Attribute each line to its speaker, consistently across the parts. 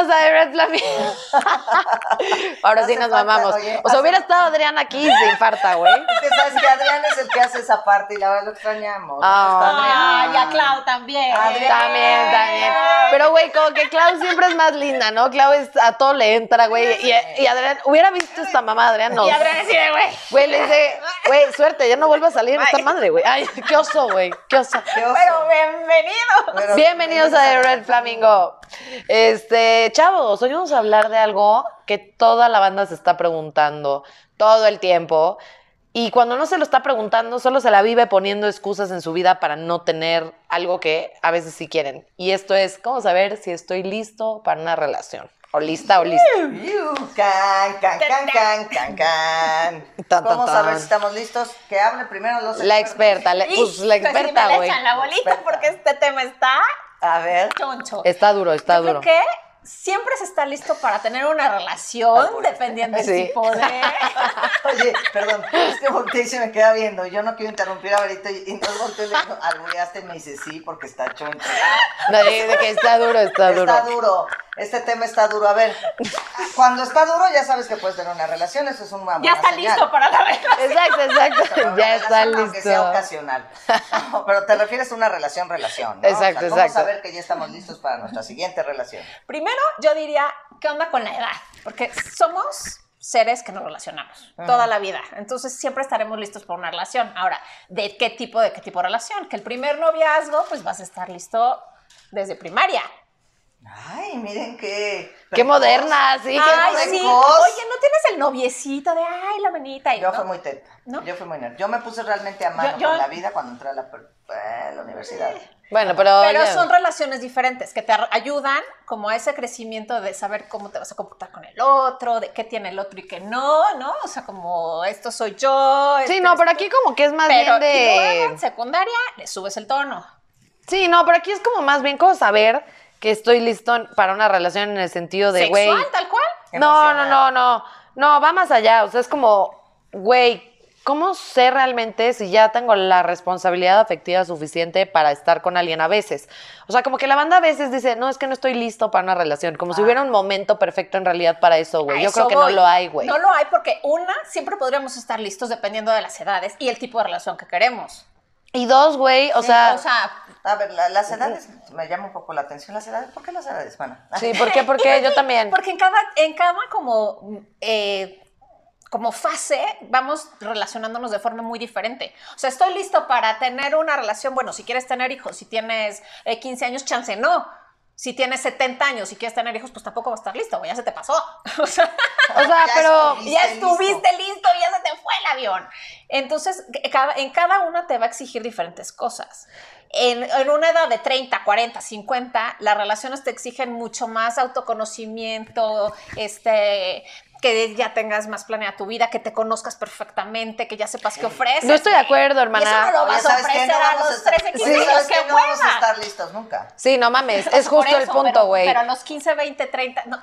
Speaker 1: Jared Lamí. Ahora
Speaker 2: No
Speaker 1: sí
Speaker 2: hace
Speaker 1: nos
Speaker 2: falta,
Speaker 1: mamamos.
Speaker 2: oye,
Speaker 1: o sea,
Speaker 2: hace
Speaker 1: hubiera
Speaker 2: falta.
Speaker 1: estado Adrián aquí y se infarta, güey.
Speaker 2: Es que sabes que Adrián es el que hace esa parte y la verdad lo extrañamos. ¿no?
Speaker 1: Ah.
Speaker 2: Está
Speaker 3: Ay,
Speaker 2: Adrián.
Speaker 3: a Clau también.
Speaker 2: Adrián.
Speaker 1: También, también. Pero, güey, como que Clau siempre es más linda, ¿no? Clau es, a todo le entra, güey. Y, y Adrián, hubiera visto esta mamá, Adrián, no.
Speaker 3: Y Adrián así de, güey.
Speaker 1: Güey, le dice, güey, suerte, ya no vuelva a salir esta madre, güey. Ay, qué oso, güey, qué oso.
Speaker 2: Qué oso.
Speaker 3: Pero bienvenido.
Speaker 2: Pero-
Speaker 1: Bienvenidos a The Red Flamingo. Este, chavos, hoy vamos a hablar de algo que toda la banda se está preguntando todo el tiempo. Y cuando no se lo está preguntando, solo se la vive poniendo excusas en su vida para no tener algo que a veces sí quieren. Y esto es cómo saber si estoy listo para una relación. O lista o listo.
Speaker 2: Iu, Can, can, can, can, can, can.
Speaker 1: Tan, tan,
Speaker 2: ¿Cómo
Speaker 1: tan.
Speaker 2: saber si estamos listos? Que hable primero los
Speaker 1: La experta, la, pues la
Speaker 3: Hijo, si me
Speaker 1: experta,
Speaker 3: le
Speaker 1: güey.
Speaker 3: echan la bolita
Speaker 2: Experta.
Speaker 3: porque este tema está
Speaker 2: A ver.
Speaker 3: choncho.
Speaker 1: Está duro, está
Speaker 3: Yo
Speaker 1: duro.
Speaker 3: creo que siempre se está listo para tener una relación, dependiendo del
Speaker 1: Sí.
Speaker 3: tipo de...
Speaker 2: Oye, perdón, es que volteé y se me queda viendo. Yo no quiero interrumpir a Verito y, y no volteé y le digo, albureaste y me dice sí porque está choncho.
Speaker 1: No, de- de que está duro, está duro.
Speaker 2: Está duro. Este tema está duro. A ver, cuando está duro ya sabes que puedes tener una relación. Eso es un mamá.
Speaker 3: Ya está listo para la relación.
Speaker 1: Exacto, exacto. Ya está
Speaker 2: Aunque sea
Speaker 1: listo.
Speaker 2: ocasional. No, pero te refieres a una relación-relación, ¿no?
Speaker 1: Exacto,
Speaker 2: O sea, ¿cómo
Speaker 1: exacto.
Speaker 2: saber que ya estamos listos para nuestra siguiente relación?
Speaker 3: Primero, yo diría, ¿qué onda con la edad? Porque somos seres que nos relacionamos toda la vida. Entonces, siempre estaremos listos por una relación. Ahora, ¿de qué tipo, de qué tipo de relación? Que el primer noviazgo, pues vas a estar listo desde primaria.
Speaker 2: Ay, miren qué...
Speaker 1: Qué moderna, sí. qué
Speaker 3: ay,
Speaker 1: moderna.
Speaker 3: sí. Oye,
Speaker 2: precoz.
Speaker 3: ¿no tienes el noviecito de, ay, la manita? Y
Speaker 2: Yo
Speaker 3: no?
Speaker 2: fui muy teta.
Speaker 3: ¿No?
Speaker 2: Yo fui muy nerd. Yo me puse realmente a mano
Speaker 3: Yo- yo-
Speaker 2: con la vida cuando entré a la, per- eh, la universidad.
Speaker 1: Bueno, pero.
Speaker 3: Pero
Speaker 1: ya.
Speaker 3: son relaciones diferentes que te ar- ayudan como a ese crecimiento de saber cómo te vas a comportar con el otro, de qué tiene el otro y qué no, ¿no? O sea, como esto soy yo.
Speaker 1: Sí,
Speaker 3: este
Speaker 1: no,
Speaker 3: eres
Speaker 1: pero
Speaker 3: tú.
Speaker 1: aquí como que es más
Speaker 3: Pero
Speaker 1: bien
Speaker 3: y luego
Speaker 1: de.
Speaker 3: en secundaria le subes el tono.
Speaker 1: Sí, no, pero aquí es como más bien como saber que estoy listo para una relación en el sentido de, güey.
Speaker 3: Sexual, tal cual.
Speaker 1: No, no,
Speaker 2: Emocional.
Speaker 1: no, no. No, va más allá. O sea, es como, güey, ¿cómo sé realmente si ya tengo la responsabilidad afectiva suficiente para estar con alguien a veces? O sea, como que la banda a veces dice, no, es que no estoy listo para una relación. Como si hubiera un momento perfecto en realidad para eso, güey.
Speaker 3: Ah. A
Speaker 1: Yo
Speaker 3: eso
Speaker 1: creo que
Speaker 3: voy.
Speaker 1: no lo hay, güey.
Speaker 3: No lo hay porque, una, siempre podríamos estar listos dependiendo de las edades y el tipo de relación que queremos.
Speaker 1: Y dos, güey, o sea.
Speaker 3: o sea,
Speaker 2: A ver, la- las edades, me llama un poco la atención las edades. ¿Por qué las edades, mana?
Speaker 1: Sí, ¿por qué? Porque yo también.
Speaker 3: Porque en cada, en cada como, eh, como fase vamos relacionándonos de forma muy diferente. O sea, estoy listo para tener una relación. Bueno, si quieres tener hijos, si tienes eh, 15 años, chance no. Si tienes 70 años y quieres tener hijos, pues tampoco vas a estar listo, güey, ya se te pasó. O sea,
Speaker 1: O sea,
Speaker 2: Ya
Speaker 1: pero.
Speaker 2: estoy
Speaker 3: ya
Speaker 2: Listo, listo.
Speaker 3: estuviste listo, ya se te fue el avión. Entonces, cada- en cada una te va a exigir diferentes cosas. En, en una edad de 30, 40, 50, las relaciones te exigen mucho más autoconocimiento, este que ya tengas más planeada tu vida, que te conozcas perfectamente, que ya sepas qué ofreces.
Speaker 1: No estoy de acuerdo,
Speaker 3: Y eso no
Speaker 1: hermana.
Speaker 3: lo vas a
Speaker 2: ¿sabes qué?
Speaker 3: ofrecer
Speaker 2: No
Speaker 3: a
Speaker 2: vamos
Speaker 3: los
Speaker 2: estar-
Speaker 3: 13, 15
Speaker 2: Sí,
Speaker 3: años,
Speaker 2: ¿sabes
Speaker 3: qué
Speaker 2: qué? No vamos a
Speaker 3: hueva.
Speaker 2: estar listos nunca.
Speaker 1: Sí, no mames,
Speaker 3: O sea,
Speaker 1: es justo
Speaker 3: por
Speaker 1: el
Speaker 3: eso,
Speaker 1: punto,
Speaker 3: pero-
Speaker 1: güey.
Speaker 3: Pero a los 15, 20, 30, no,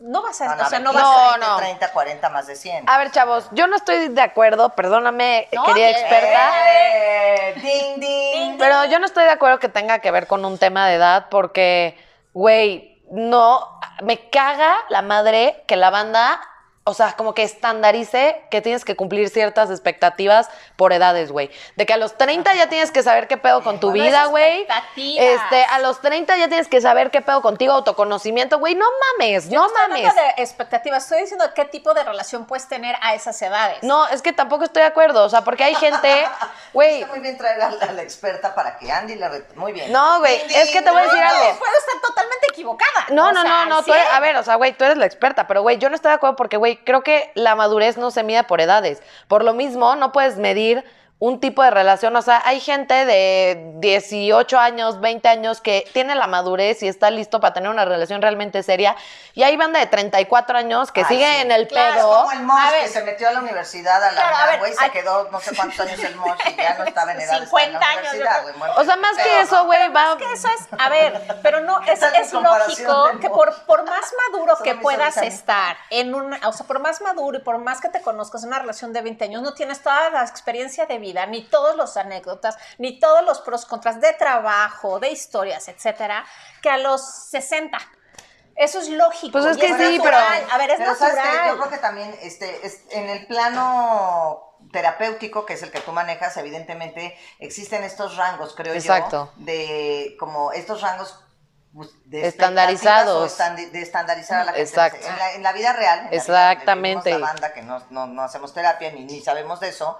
Speaker 3: no vas a,
Speaker 2: Van a
Speaker 3: o sea,
Speaker 2: ver,
Speaker 3: no vas
Speaker 1: no,
Speaker 3: a...
Speaker 2: 20,
Speaker 1: no.
Speaker 2: 30, 40, más de 100.
Speaker 1: A ver, chavos, yo no estoy de acuerdo, perdóname,
Speaker 3: No,
Speaker 1: querida
Speaker 3: que-
Speaker 1: experta.
Speaker 2: Eh, ding, ding.
Speaker 1: Pero yo no estoy de acuerdo que tenga que ver con un tema de edad porque, güey, no, me caga la madre que la banda, o sea, como que estandarice que tienes que cumplir ciertas expectativas por edades, güey. De que a los 30 ya tienes que saber qué pedo con tu
Speaker 3: No es
Speaker 1: vida, güey.
Speaker 3: expectativas.
Speaker 1: Este, a los 30 ya tienes que saber qué pedo contigo, autoconocimiento, güey. No mames, no
Speaker 3: estoy hablando
Speaker 1: mames.
Speaker 3: de expectativas, estoy diciendo qué tipo de relación puedes tener a esas edades.
Speaker 1: No, es que tampoco estoy de acuerdo, o sea, porque hay gente, güey,
Speaker 2: Está muy bien traer a la, a la experta para que Andy la... re- Muy bien.
Speaker 1: no, güey, es que te voy a decir
Speaker 3: No,
Speaker 1: algo.
Speaker 3: Puedo estar totalmente equivocada.
Speaker 1: No,
Speaker 3: O
Speaker 1: no,
Speaker 3: sea,
Speaker 1: no, no, tú
Speaker 3: sí.
Speaker 1: eres- a ver, o sea, güey, tú eres la experta, pero güey, yo no estoy de acuerdo porque, güey, creo que la madurez no se mide por edades. Por lo mismo, no puedes medir un tipo de relación, o sea, hay gente de 18 años, 20 años que tiene la madurez y está listo para tener una relación realmente seria, y hay banda de 34 años que
Speaker 2: Ay,
Speaker 1: sigue
Speaker 2: sí.
Speaker 1: en el
Speaker 3: Claro,
Speaker 2: Es
Speaker 1: pedo.
Speaker 2: como el Mosh
Speaker 3: A ver.
Speaker 2: que se metió a la universidad, a la
Speaker 3: Claro, a
Speaker 2: UNAM,
Speaker 3: ver,
Speaker 2: güey,
Speaker 3: ay.
Speaker 2: se quedó no sé cuántos años el Mosh y ya no estaba en edad de estar en
Speaker 3: 50
Speaker 2: la
Speaker 3: años,
Speaker 2: universidad,
Speaker 3: yo creo.
Speaker 2: güey, muerto.
Speaker 1: O sea, más
Speaker 2: Pero,
Speaker 1: que eso,
Speaker 2: ¿no?
Speaker 1: güey, va...
Speaker 3: Es que eso es, a ver, pero no, es,
Speaker 2: Esa es mi
Speaker 3: es
Speaker 2: comparación
Speaker 3: lógico
Speaker 2: del
Speaker 3: que
Speaker 2: mundo.
Speaker 3: por, por más maduro
Speaker 2: Solo
Speaker 3: que
Speaker 2: me
Speaker 3: puedas
Speaker 2: hizo risa.
Speaker 3: estar en una, o sea, por más maduro y por más que te conozcas en una relación de 20 años, no tienes toda la experiencia de vida, ni todos los anécdotas, ni todos los pros, contras de trabajo, de historias, etcétera, que a los 60. Eso es lógico.
Speaker 1: Pues es
Speaker 3: y
Speaker 1: que sí, pero-
Speaker 3: natural. A ver, es
Speaker 2: Pero ¿sabes qué? Yo
Speaker 3: natural.
Speaker 2: creo que también este, es- en el plano terapéutico, que es el que tú manejas, evidentemente existen estos rangos, creo
Speaker 1: Exacto.
Speaker 2: yo, de como estos rangos pues, de
Speaker 1: Estandarizados.
Speaker 2: expectativas o estandi- de estandarizar a la gente.
Speaker 1: Exacto.
Speaker 2: En la, en la vida real, en la vida
Speaker 1: Exactamente.
Speaker 2: donde vivimos la banda que no, no- no hacemos terapia ni, ni sabemos de eso,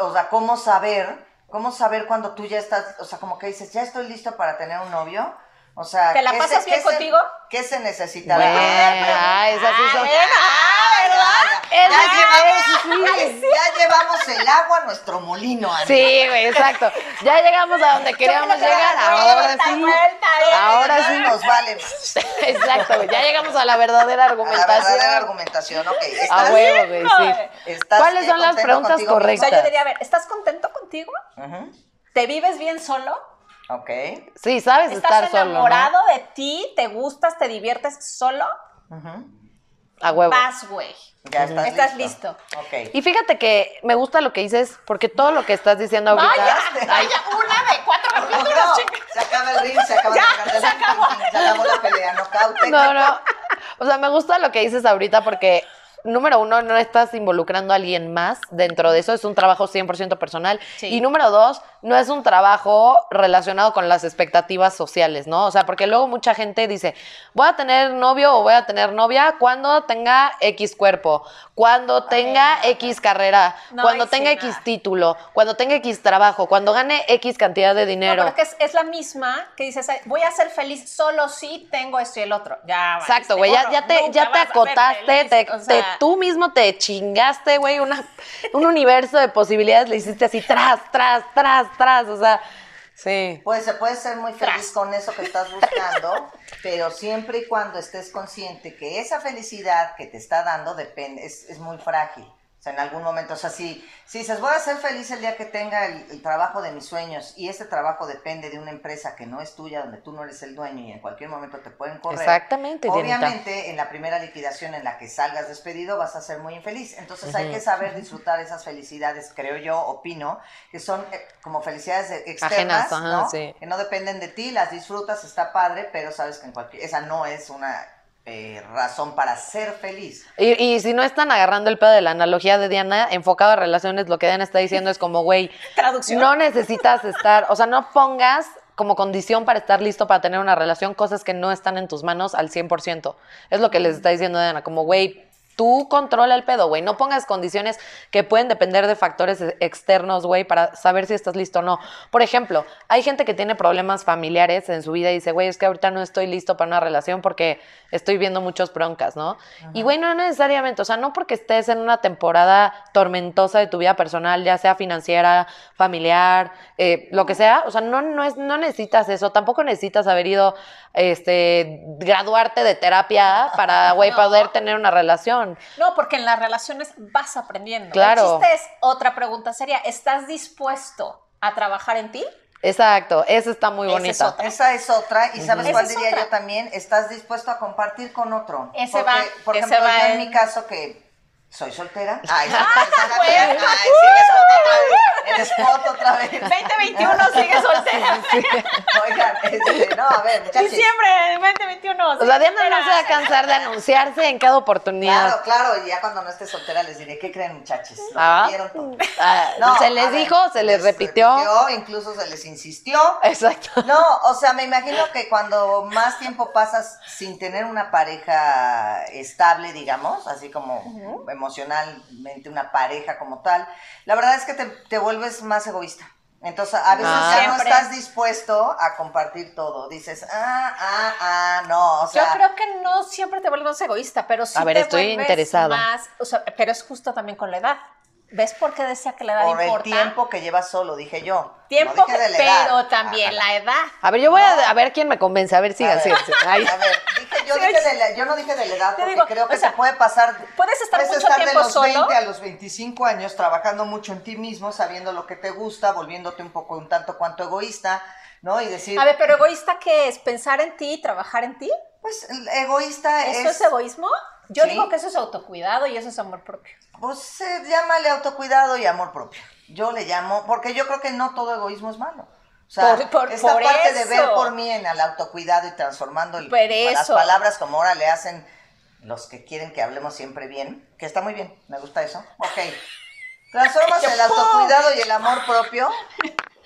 Speaker 2: o sea, cómo saber, cómo saber cuando tú ya estás, o sea, como que dices, ya estoy listo para tener un novio. O sea,
Speaker 3: ¿Te la
Speaker 2: ¿qué
Speaker 3: pasas
Speaker 2: se-
Speaker 3: bien
Speaker 2: qué se-
Speaker 3: contigo?
Speaker 2: ¿Qué se necesita?
Speaker 1: Bueno, ah, esas sí son.
Speaker 2: Ah,
Speaker 1: Es
Speaker 2: ¿verdad?
Speaker 1: que-
Speaker 2: Ya, llevamos,
Speaker 1: ay, sí.
Speaker 2: ya llevamos el agua a nuestro molino, Ana.
Speaker 1: Sí, güey, exacto. Ya llegamos a donde queríamos
Speaker 3: creo que
Speaker 1: llegar.
Speaker 3: la
Speaker 1: Ahora
Speaker 3: vuelta,
Speaker 1: sí.
Speaker 3: vuelta, eh.
Speaker 1: Ahora
Speaker 2: No
Speaker 1: sí.
Speaker 2: nos vale más.
Speaker 1: Exacto, güey, ya llegamos a la verdadera
Speaker 2: A la verdadera
Speaker 1: argumentación.
Speaker 2: argumentación, ok.
Speaker 1: A
Speaker 2: ¿Estás-
Speaker 1: huevo, güey, sí.
Speaker 2: estás
Speaker 1: ¿Cuáles son las
Speaker 2: contento
Speaker 1: preguntas
Speaker 2: contigo
Speaker 3: O sea,
Speaker 1: correctas?
Speaker 3: yo diría, a ver, ¿estás contento contigo?
Speaker 2: mismo?
Speaker 3: ¿Te vives bien solo?
Speaker 2: Ujú, Ok.
Speaker 1: Sí, sabes
Speaker 3: ¿Estás
Speaker 1: estar solo. ¿no?
Speaker 3: enamorado de ti? ¿Te gustas? ¿Te diviertes solo?
Speaker 2: ujú,
Speaker 1: A huevo.
Speaker 3: Vas, güey.
Speaker 2: Ya estás,
Speaker 3: Estás
Speaker 2: Ok.
Speaker 1: Y fíjate que me gusta lo que dices, porque todo lo que estás diciendo ahorita.
Speaker 3: Vaya,
Speaker 1: Ay,
Speaker 3: vaya, una de cuatro
Speaker 2: No, no,
Speaker 3: capítulos, chinga.
Speaker 2: se acaba el ring, se acaba
Speaker 3: Ya,
Speaker 2: la cartera,
Speaker 3: se acabó.
Speaker 2: se acabó la pelea, nocaut.
Speaker 1: No, no. O sea, me gusta lo que dices ahorita porque, número uno, no estás involucrando a alguien más dentro de eso. Es un trabajo 100% personal.
Speaker 3: Sí.
Speaker 1: Y número dos, no es un trabajo relacionado con las expectativas sociales, ¿no? O sea, porque luego mucha gente dice, voy a tener novio o voy a tener novia cuando tenga X cuerpo, cuando tenga X carrera,
Speaker 3: No,
Speaker 1: cuando
Speaker 3: ahí
Speaker 1: tenga
Speaker 3: sí,
Speaker 1: X
Speaker 3: nada.
Speaker 1: título, cuando tenga X trabajo, cuando gane X cantidad de dinero.
Speaker 3: No, pero que es, es la misma que dices, "Ay, voy a ser feliz solo si tengo esto y el otro. Ya,
Speaker 1: Exacto,
Speaker 3: valiste
Speaker 1: güey, ya,
Speaker 3: gorro,
Speaker 1: ya te,
Speaker 3: nunca
Speaker 1: ya te
Speaker 3: vas a ser
Speaker 1: acotaste,
Speaker 3: feliz,
Speaker 1: te,
Speaker 3: o sea,
Speaker 1: te- tú mismo te chingaste, güey, una- un universo de posibilidades le hiciste así, tras, tras, tras, tras, o sea, sí.
Speaker 2: Pues se puede ser muy feliz
Speaker 3: Tras.
Speaker 2: con eso que estás buscando, pero siempre y cuando estés consciente que esa felicidad que te está dando depende, es, es muy frágil. O sea, en algún momento, o sea, si, si dices, voy a ser feliz el día que tenga el, el trabajo de mis sueños y este trabajo depende de una empresa que no es tuya, donde tú no eres el dueño y en cualquier momento te pueden correr.
Speaker 1: Exactamente, Dianita.
Speaker 2: Obviamente, en la primera liquidación en la que salgas despedido vas a ser muy infeliz. Entonces hay que saber disfrutar esas felicidades, creo yo, opino, que son eh, como felicidades de-
Speaker 1: Ajenas,
Speaker 2: externas,
Speaker 1: ajá,
Speaker 2: ¿no?
Speaker 1: sí.
Speaker 2: que no dependen de ti, las disfrutas, está padre, pero sabes que en cualquier, esa no es una eh, razón para ser feliz.
Speaker 1: Y, y si no están agarrando el pedo de la analogía de Diana, enfocado a relaciones, lo que Diana está diciendo es como, güey,
Speaker 3: Traducción.
Speaker 1: no necesitas estar, o sea, no pongas como condición para estar listo para tener una relación cosas que no están en tus manos al 100%. Es lo que les está diciendo Diana, como, güey, tú controla el pedo, güey, no pongas condiciones que pueden depender de factores e- externos, güey, para saber si estás listo o no. Por ejemplo, hay gente que tiene problemas familiares en su vida y dice, güey, es que ahorita no estoy listo para una relación porque estoy viendo muchos broncas, ¿no? Y, güey, no necesariamente, o sea, no porque estés en una temporada tormentosa de tu vida personal, ya sea financiera, familiar, eh, lo que sea, o sea, no, no, es, no necesitas eso, tampoco necesitas haber ido, este, graduarte de terapia para, güey,
Speaker 3: No.
Speaker 1: poder tener una relación.
Speaker 3: No, porque en las relaciones vas aprendiendo.
Speaker 1: Claro.
Speaker 3: El chiste es, otra pregunta sería, ¿estás dispuesto a trabajar en ti?
Speaker 1: Exacto, eso está muy
Speaker 3: Esa es
Speaker 1: bonita.
Speaker 3: otra.
Speaker 2: Esa es otra, y sabes
Speaker 3: Esa
Speaker 2: cuál
Speaker 3: es
Speaker 2: diría
Speaker 3: otra.
Speaker 2: yo también, estás dispuesto a compartir con otro.
Speaker 3: Ese
Speaker 2: Porque,
Speaker 3: va,
Speaker 2: Por
Speaker 3: ese
Speaker 2: ejemplo,
Speaker 3: va
Speaker 2: yo en
Speaker 3: en- Ah,
Speaker 2: mi caso que soy soltera. Ay, sí, soltera,
Speaker 3: güey!
Speaker 2: ay, sí, el spot otra vez, el spot otra vez.
Speaker 3: 2021 sigue soltera.
Speaker 2: Oigan, este, no, a ver, muchachos.
Speaker 3: Diciembre del 2021.
Speaker 1: O sea, Diana no se va a cansar de anunciarse en cada oportunidad.
Speaker 2: Claro, claro, y ya cuando no esté soltera les diré, ¿qué creen, muchachos? Lo
Speaker 1: Ah.
Speaker 2: perdieron todo.
Speaker 1: Ah,
Speaker 2: No,
Speaker 1: se
Speaker 2: a
Speaker 1: les
Speaker 2: ver,
Speaker 1: dijo, se les repitió.
Speaker 2: incluso se les insistió.
Speaker 1: Exacto.
Speaker 2: No, o sea, me imagino que cuando más tiempo pasas sin tener una pareja estable, digamos, así como emocionalmente una pareja como tal, la verdad es que te, te vuelves más egoísta. Entonces, a veces
Speaker 1: Ah.
Speaker 2: ya no
Speaker 3: Siempre.
Speaker 2: estás dispuesto a compartir todo. Dices, ah, ah, ah, no, o sea...
Speaker 3: Yo creo que no siempre te vuelves egoísta, pero sí
Speaker 1: A ver,
Speaker 3: te
Speaker 1: estoy
Speaker 3: vuelves
Speaker 1: interesada.
Speaker 3: más, o sea, pero es justo también con la edad. ¿Ves por qué decía que la edad
Speaker 2: Por el
Speaker 3: importa?
Speaker 2: tiempo que llevas solo, dije yo.
Speaker 3: Tiempo,
Speaker 2: No dije de la edad.
Speaker 3: pero también
Speaker 2: Ajá.
Speaker 3: la edad.
Speaker 1: A ver, yo voy a, a ver quién me convence. A ver, sigan,
Speaker 2: ver,
Speaker 1: sigan. sigan. Ay.
Speaker 2: A ver, dije, yo,
Speaker 3: Sí,
Speaker 2: dije
Speaker 3: oye.
Speaker 2: de la- yo no dije de la edad,
Speaker 3: Te
Speaker 2: porque
Speaker 3: digo,
Speaker 2: creo que
Speaker 3: o sea,
Speaker 2: se puede pasar.
Speaker 3: puedes estar mucho tiempo
Speaker 2: de los
Speaker 3: solo.
Speaker 2: 20 a los 25 años trabajando mucho en ti mismo, sabiendo lo que te gusta, volviéndote un poco un tanto cuanto egoísta, ¿no? Y decir,
Speaker 3: A ver, pero egoísta qué es? ¿Pensar en ti y trabajar en ti?
Speaker 2: pues el egoísta
Speaker 3: ¿Eso
Speaker 2: es.
Speaker 3: es, egoísmo? Yo
Speaker 2: Sí.
Speaker 3: digo que eso es autocuidado y eso es amor propio.
Speaker 2: pues eh, llámale autocuidado y amor propio. Yo le llamo, porque yo creo que no todo egoísmo es malo. O sea,
Speaker 3: Por- por-
Speaker 2: esta
Speaker 3: por
Speaker 2: parte de
Speaker 3: eso.
Speaker 2: ver por mí en el autocuidado y transformando el-
Speaker 3: Por
Speaker 2: las
Speaker 3: eso.
Speaker 2: palabras como ahora le hacen los que quieren que hablemos siempre bien, que está muy bien, me gusta eso. Ok. Transformas el autocuidado y el amor propio.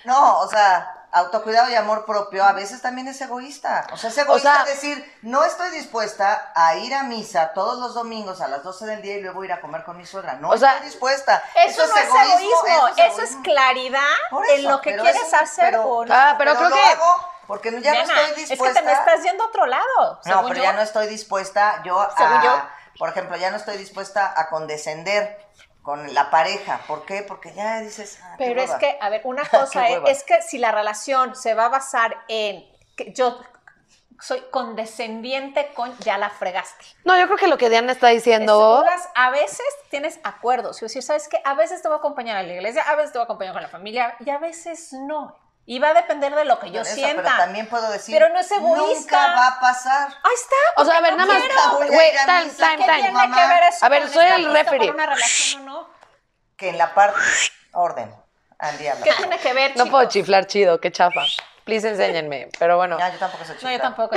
Speaker 2: No, o sea, autocuidado y amor propio a veces también es egoísta. O sea, es egoísta
Speaker 1: sea-
Speaker 2: decir, no estoy dispuesta a ir a misa todos los domingos a las 12 del día y luego ir a comer con mi suegra. No
Speaker 1: O sea,
Speaker 2: estoy dispuesta.
Speaker 3: Eso, no es egoísmo, eso es,
Speaker 2: egoísmo.
Speaker 3: claridad
Speaker 2: Por eso,
Speaker 3: en lo que
Speaker 2: pero
Speaker 3: quieres
Speaker 2: eso-
Speaker 3: hacer.
Speaker 2: pero-
Speaker 3: por-
Speaker 1: Ah, pero creo
Speaker 2: lo
Speaker 1: que-
Speaker 2: hago porque ya
Speaker 3: Nena,
Speaker 2: no estoy
Speaker 3: es que
Speaker 2: dispuesta.
Speaker 3: te me estás yendo a otro lado.
Speaker 2: No,
Speaker 3: según
Speaker 2: pero
Speaker 3: yo.
Speaker 2: ya no estoy dispuesta yo a,
Speaker 3: Según yo.
Speaker 2: por ejemplo, ya no estoy dispuesta a condescender con la pareja. ¿Por qué? Porque ya dices. ah, qué
Speaker 3: Pero es
Speaker 2: hueva.
Speaker 3: que, a ver, una cosa
Speaker 2: Qué
Speaker 3: es,
Speaker 2: hueva.
Speaker 3: es que si la relación se va a basar en que yo soy condescendiente con ya la fregaste.
Speaker 1: No, yo creo que lo que Diana está diciendo.
Speaker 3: Seguras, a veces tienes acuerdos. Y decir, ¿sabes qué? A veces te voy a acompañar a la iglesia, a veces te voy a acompañar con la familia y a veces no. Y va a depender de lo que yo
Speaker 2: Por eso,
Speaker 3: sienta.
Speaker 2: Pero también puedo decir.
Speaker 3: Pero no es egoísta.
Speaker 2: Nunca va a pasar.
Speaker 3: Ahí está.
Speaker 1: O sea, a ver,
Speaker 3: no
Speaker 1: nada más.
Speaker 2: quiero.
Speaker 1: Güey,
Speaker 2: Voy a ir a
Speaker 1: time,
Speaker 2: misa.
Speaker 1: time,
Speaker 3: ¿Qué tiene
Speaker 1: time.
Speaker 2: mamá.
Speaker 3: que ver eso
Speaker 1: A ver,
Speaker 3: con
Speaker 1: soy
Speaker 3: estar
Speaker 1: el
Speaker 3: listo
Speaker 1: referee.
Speaker 3: para una relación o no?
Speaker 2: Que en la parte. Orden. Al diablo.
Speaker 3: ¿Qué tiene que ver,
Speaker 1: No
Speaker 3: chicos?
Speaker 1: puedo chiflar chido, qué chafa. Please enséñenme, pero bueno.
Speaker 2: No, yo tampoco soy chica.
Speaker 3: No, yo tampoco.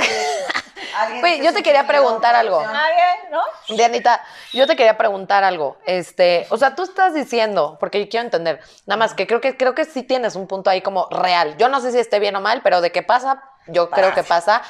Speaker 2: Alguien
Speaker 1: Güey,
Speaker 2: que
Speaker 1: yo
Speaker 2: es
Speaker 1: te
Speaker 2: un
Speaker 1: quería
Speaker 2: chiflido,
Speaker 1: preguntar algo.
Speaker 2: producción.
Speaker 3: Nadie, ¿no?
Speaker 1: Dianita, yo te quería preguntar algo. Este, o sea, tú estás diciendo, porque yo quiero entender, nada más que creo que creo que sí tienes un punto ahí como real. Yo no sé si esté bien o mal, pero de qué pasa, yo creo que pasa.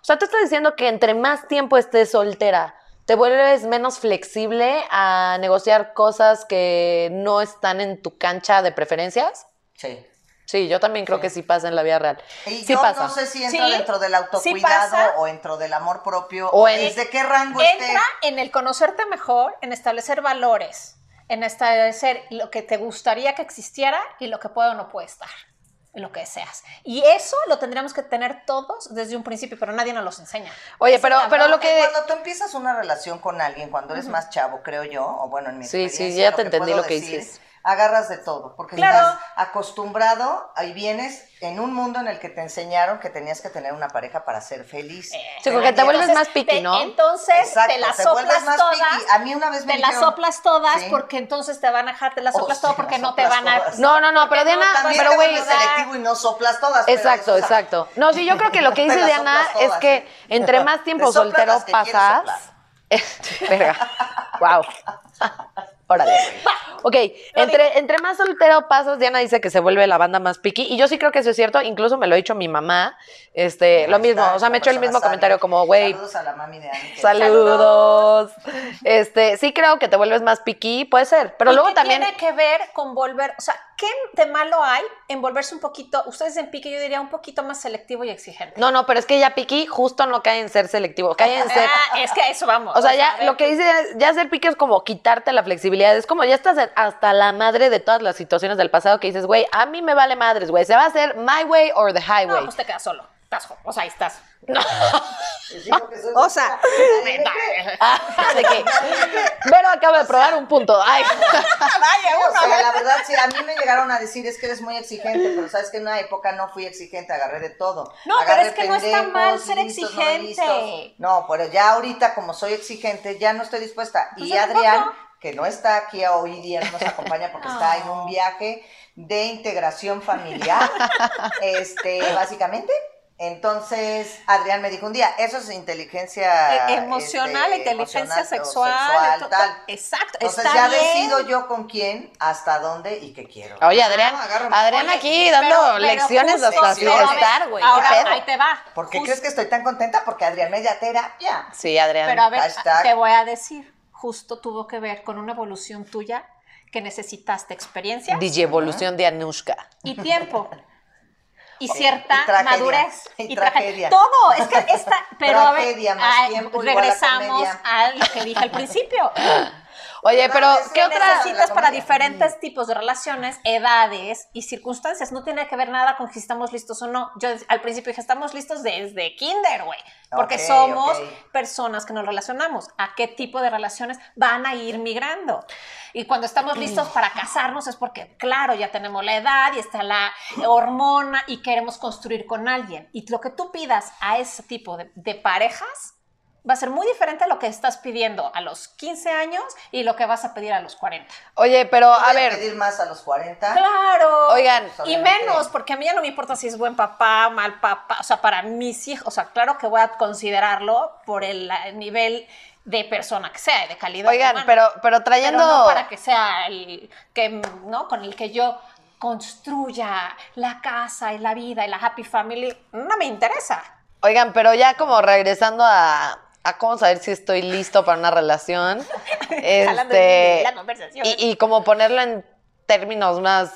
Speaker 1: O sea, tú estás diciendo que entre más tiempo estés soltera, te vuelves menos flexible a negociar cosas que no están en tu cancha de preferencias.
Speaker 2: Sí.
Speaker 1: Sí, yo también creo que sí pasa en la vida real.
Speaker 2: Y
Speaker 1: sí
Speaker 2: yo
Speaker 1: pasa.
Speaker 2: no sé si entra
Speaker 3: Sí,
Speaker 2: dentro del
Speaker 3: sí
Speaker 2: autocuidado
Speaker 3: pasa.
Speaker 2: o dentro del amor propio
Speaker 1: O
Speaker 2: o,
Speaker 1: en-
Speaker 2: desde qué rango esté.
Speaker 3: Entra en el conocerte mejor, en establecer valores, en establecer lo que te gustaría que existiera y lo que puede o no puede estar, en lo que deseas. Y eso lo tendríamos que tener todos desde un principio, pero nadie nos los enseña.
Speaker 1: Oye,
Speaker 3: Esa
Speaker 1: pero,
Speaker 3: es la
Speaker 1: pero lo
Speaker 3: bronca.
Speaker 1: que.
Speaker 2: Cuando tú empiezas una relación con alguien, cuando eres más chavo, creo yo, o bueno, en mi
Speaker 1: Sí, sí,
Speaker 2: experiencia,
Speaker 1: ya
Speaker 2: lo
Speaker 1: te
Speaker 2: que
Speaker 1: entendí
Speaker 2: puedo
Speaker 1: lo que
Speaker 2: decir,
Speaker 1: dices.
Speaker 2: Agarras de todo, porque
Speaker 3: Claro.
Speaker 2: estás acostumbrado y vienes en un mundo en el que te enseñaron que tenías que tener una pareja para ser feliz.
Speaker 1: Sí, porque te vuelves más piqui,
Speaker 3: te-
Speaker 1: ¿no?
Speaker 3: Entonces
Speaker 2: Exacto,
Speaker 3: Eh, te la
Speaker 2: te
Speaker 3: soplas
Speaker 2: vuelves más
Speaker 3: todas.
Speaker 2: piqui. A mí una vez me
Speaker 3: Te la
Speaker 2: dijeron-
Speaker 3: soplas todas
Speaker 2: Sí.
Speaker 3: porque entonces te van a dejar, te la
Speaker 2: Hostia,
Speaker 3: soplas todo porque
Speaker 2: las
Speaker 3: no Oh, te
Speaker 2: soplas
Speaker 3: van a.
Speaker 2: todas.
Speaker 1: No, no, no, pero
Speaker 3: Porque
Speaker 1: Diana,
Speaker 3: no te van
Speaker 2: También
Speaker 1: pero
Speaker 2: te
Speaker 1: güey,
Speaker 2: vuelves selectivo y no soplas todas. pero "Ah,
Speaker 1: Exacto,
Speaker 2: eso es-
Speaker 1: exacto. No, sí, yo creo que lo que
Speaker 2: Te
Speaker 1: dice
Speaker 2: las
Speaker 1: Diana
Speaker 2: soplas
Speaker 1: es
Speaker 2: todas,
Speaker 1: que
Speaker 2: ¿eh?
Speaker 1: entre más tiempo
Speaker 2: Te soplas
Speaker 1: soltero
Speaker 2: las que quieres
Speaker 1: pasas. eh, Verga. Wow. Órale. Ok, entre, entre más soltero pasas, Diana dice que se vuelve la banda más piqui. Y yo sí creo que eso es cierto. Incluso me lo ha dicho mi mamá. Este, lo
Speaker 2: Ahí
Speaker 1: mismo.
Speaker 2: está,
Speaker 1: O sea, me
Speaker 2: como
Speaker 1: ha hecho el
Speaker 2: persona
Speaker 1: mismo
Speaker 2: sana.
Speaker 1: comentario como, güey,
Speaker 2: Saludos a la mami de Ani. que-
Speaker 1: saludos. Este, sí creo que te vuelves más piqui, puede ser. Pero
Speaker 3: ¿Y
Speaker 1: luego
Speaker 3: qué
Speaker 1: también.
Speaker 3: tiene que ver con volver, o sea, ¿qué de malo hay en volverse un poquito, ustedes en pique yo diría un poquito más selectivo y exigente?
Speaker 1: No, no, pero es que ya piqui justo no cae en ser selectivo, cae en ser
Speaker 3: Ah, es que a eso vamos.
Speaker 1: O sea,
Speaker 3: a
Speaker 1: ya
Speaker 3: ver,
Speaker 1: lo que dice, ya ser pique es como quitarte la flexibilidad. Es como ya estás en- hasta la madre de todas las situaciones del pasado que dices, güey, a mí me vale madres, güey. Se va a hacer my way or the
Speaker 3: No,
Speaker 1: highway.
Speaker 3: pues te quedas solo. Estás, jo- o sea, ahí estás.
Speaker 2: Les digo que soy-
Speaker 3: O sea,
Speaker 1: Ah, de que, Vero acaba de probar un punto. Ay.
Speaker 2: Sí, o
Speaker 3: ¿eh?
Speaker 2: sea, la verdad, sí, a mí me llegaron a decir, es que eres muy exigente, pero sabes que en una época no fui exigente, agarré de todo.
Speaker 3: No, pero
Speaker 2: Agarré
Speaker 3: es que no está
Speaker 2: pendejos,
Speaker 3: mal ser
Speaker 2: listos, no
Speaker 3: exigente.
Speaker 2: listos. No, pero ya ahorita, como soy exigente, ya no estoy dispuesta.
Speaker 3: Pues
Speaker 2: y
Speaker 3: yo
Speaker 2: Adrián,
Speaker 3: tampoco.
Speaker 2: que no está aquí hoy día, no nos acompaña porque está en un viaje de integración familiar, este, básicamente. Entonces, Adrián me dijo un día, eso es inteligencia
Speaker 3: E- emocional,
Speaker 2: este,
Speaker 3: inteligencia
Speaker 2: emocional o
Speaker 3: sexual, to-
Speaker 2: sexual,
Speaker 3: to-
Speaker 2: tal.
Speaker 3: Exacto,
Speaker 2: Entonces
Speaker 3: está
Speaker 2: ya
Speaker 3: bien.
Speaker 2: decido yo con quién, hasta dónde y qué quiero.
Speaker 1: Oye, Adrián,
Speaker 2: No, agárrame.
Speaker 1: Adrián
Speaker 2: Oye,
Speaker 1: aquí dando
Speaker 3: Pero- pero
Speaker 1: lecciones
Speaker 3: justo,
Speaker 1: hasta
Speaker 2: pero
Speaker 1: sin
Speaker 2: a ver,
Speaker 1: estar, güey.
Speaker 3: Ahora,
Speaker 1: ¿Qué pedo?
Speaker 3: ahí te va.
Speaker 2: ¿Por qué
Speaker 3: Justo-
Speaker 2: crees que estoy tan contenta? Porque Adrián me dio terapia.
Speaker 1: Sí, Adrián.
Speaker 3: Pero a ver,
Speaker 2: Hashtag.
Speaker 3: te voy a decir, justo tuvo que ver con una evolución tuya que necesitaste experiencia
Speaker 1: DJ Evolución de Anushka.
Speaker 3: y tiempo. Y cierta
Speaker 2: Oh, y tragedia,
Speaker 3: madurez.
Speaker 2: y tragedia.
Speaker 3: Todo. Es que esta. Pero a ver,
Speaker 2: Tragedia más
Speaker 3: ay,
Speaker 2: tiempo igual a
Speaker 3: regresamos
Speaker 2: comedia.
Speaker 3: a lo que dije al principio.
Speaker 1: Oye, pero
Speaker 2: Perdón, es
Speaker 1: ¿qué
Speaker 2: que
Speaker 1: otra?
Speaker 2: necesito-
Speaker 3: necesitas
Speaker 2: la
Speaker 3: para
Speaker 2: comedia.
Speaker 3: diferentes tipos de relaciones, edades y circunstancias? No tiene que ver nada con si estamos listos o no. Yo al principio dije, estamos listos desde kinder, güey. Porque
Speaker 2: Ok,
Speaker 3: somos
Speaker 2: ok.
Speaker 3: personas que nos relacionamos. ¿A qué tipo de relaciones van a ir migrando? Y cuando estamos listos para casarnos es porque, claro, ya tenemos la edad y está la hormona y queremos construir con alguien. Y lo que tú pidas a ese tipo de, de parejas va a ser muy diferente a lo que estás pidiendo a los 15 años y lo que vas a pedir a los 40.
Speaker 1: Oye, pero a
Speaker 2: Voy
Speaker 1: ver,
Speaker 2: pedir más a los 40.
Speaker 3: Claro.
Speaker 1: Oigan,
Speaker 3: y menos, porque a mí ya no me importa si es buen papá, mal papá, o sea, para mis hijos, o sea, claro que voy a considerarlo por el eh, nivel de persona que sea, y de calidad.
Speaker 1: oigan,
Speaker 3: humana.
Speaker 1: pero, pero
Speaker 3: Pero
Speaker 1: trayendo...
Speaker 3: no para que sea el que, mm, ¿no? Con el que yo construya la casa y la vida y la happy family, no me interesa.
Speaker 1: Oigan, pero ya como regresando a, a cómo saber si estoy listo para una relación.
Speaker 3: Jalando el hilo de
Speaker 1: este,
Speaker 3: la conversación.
Speaker 1: y, y como ponerlo en términos más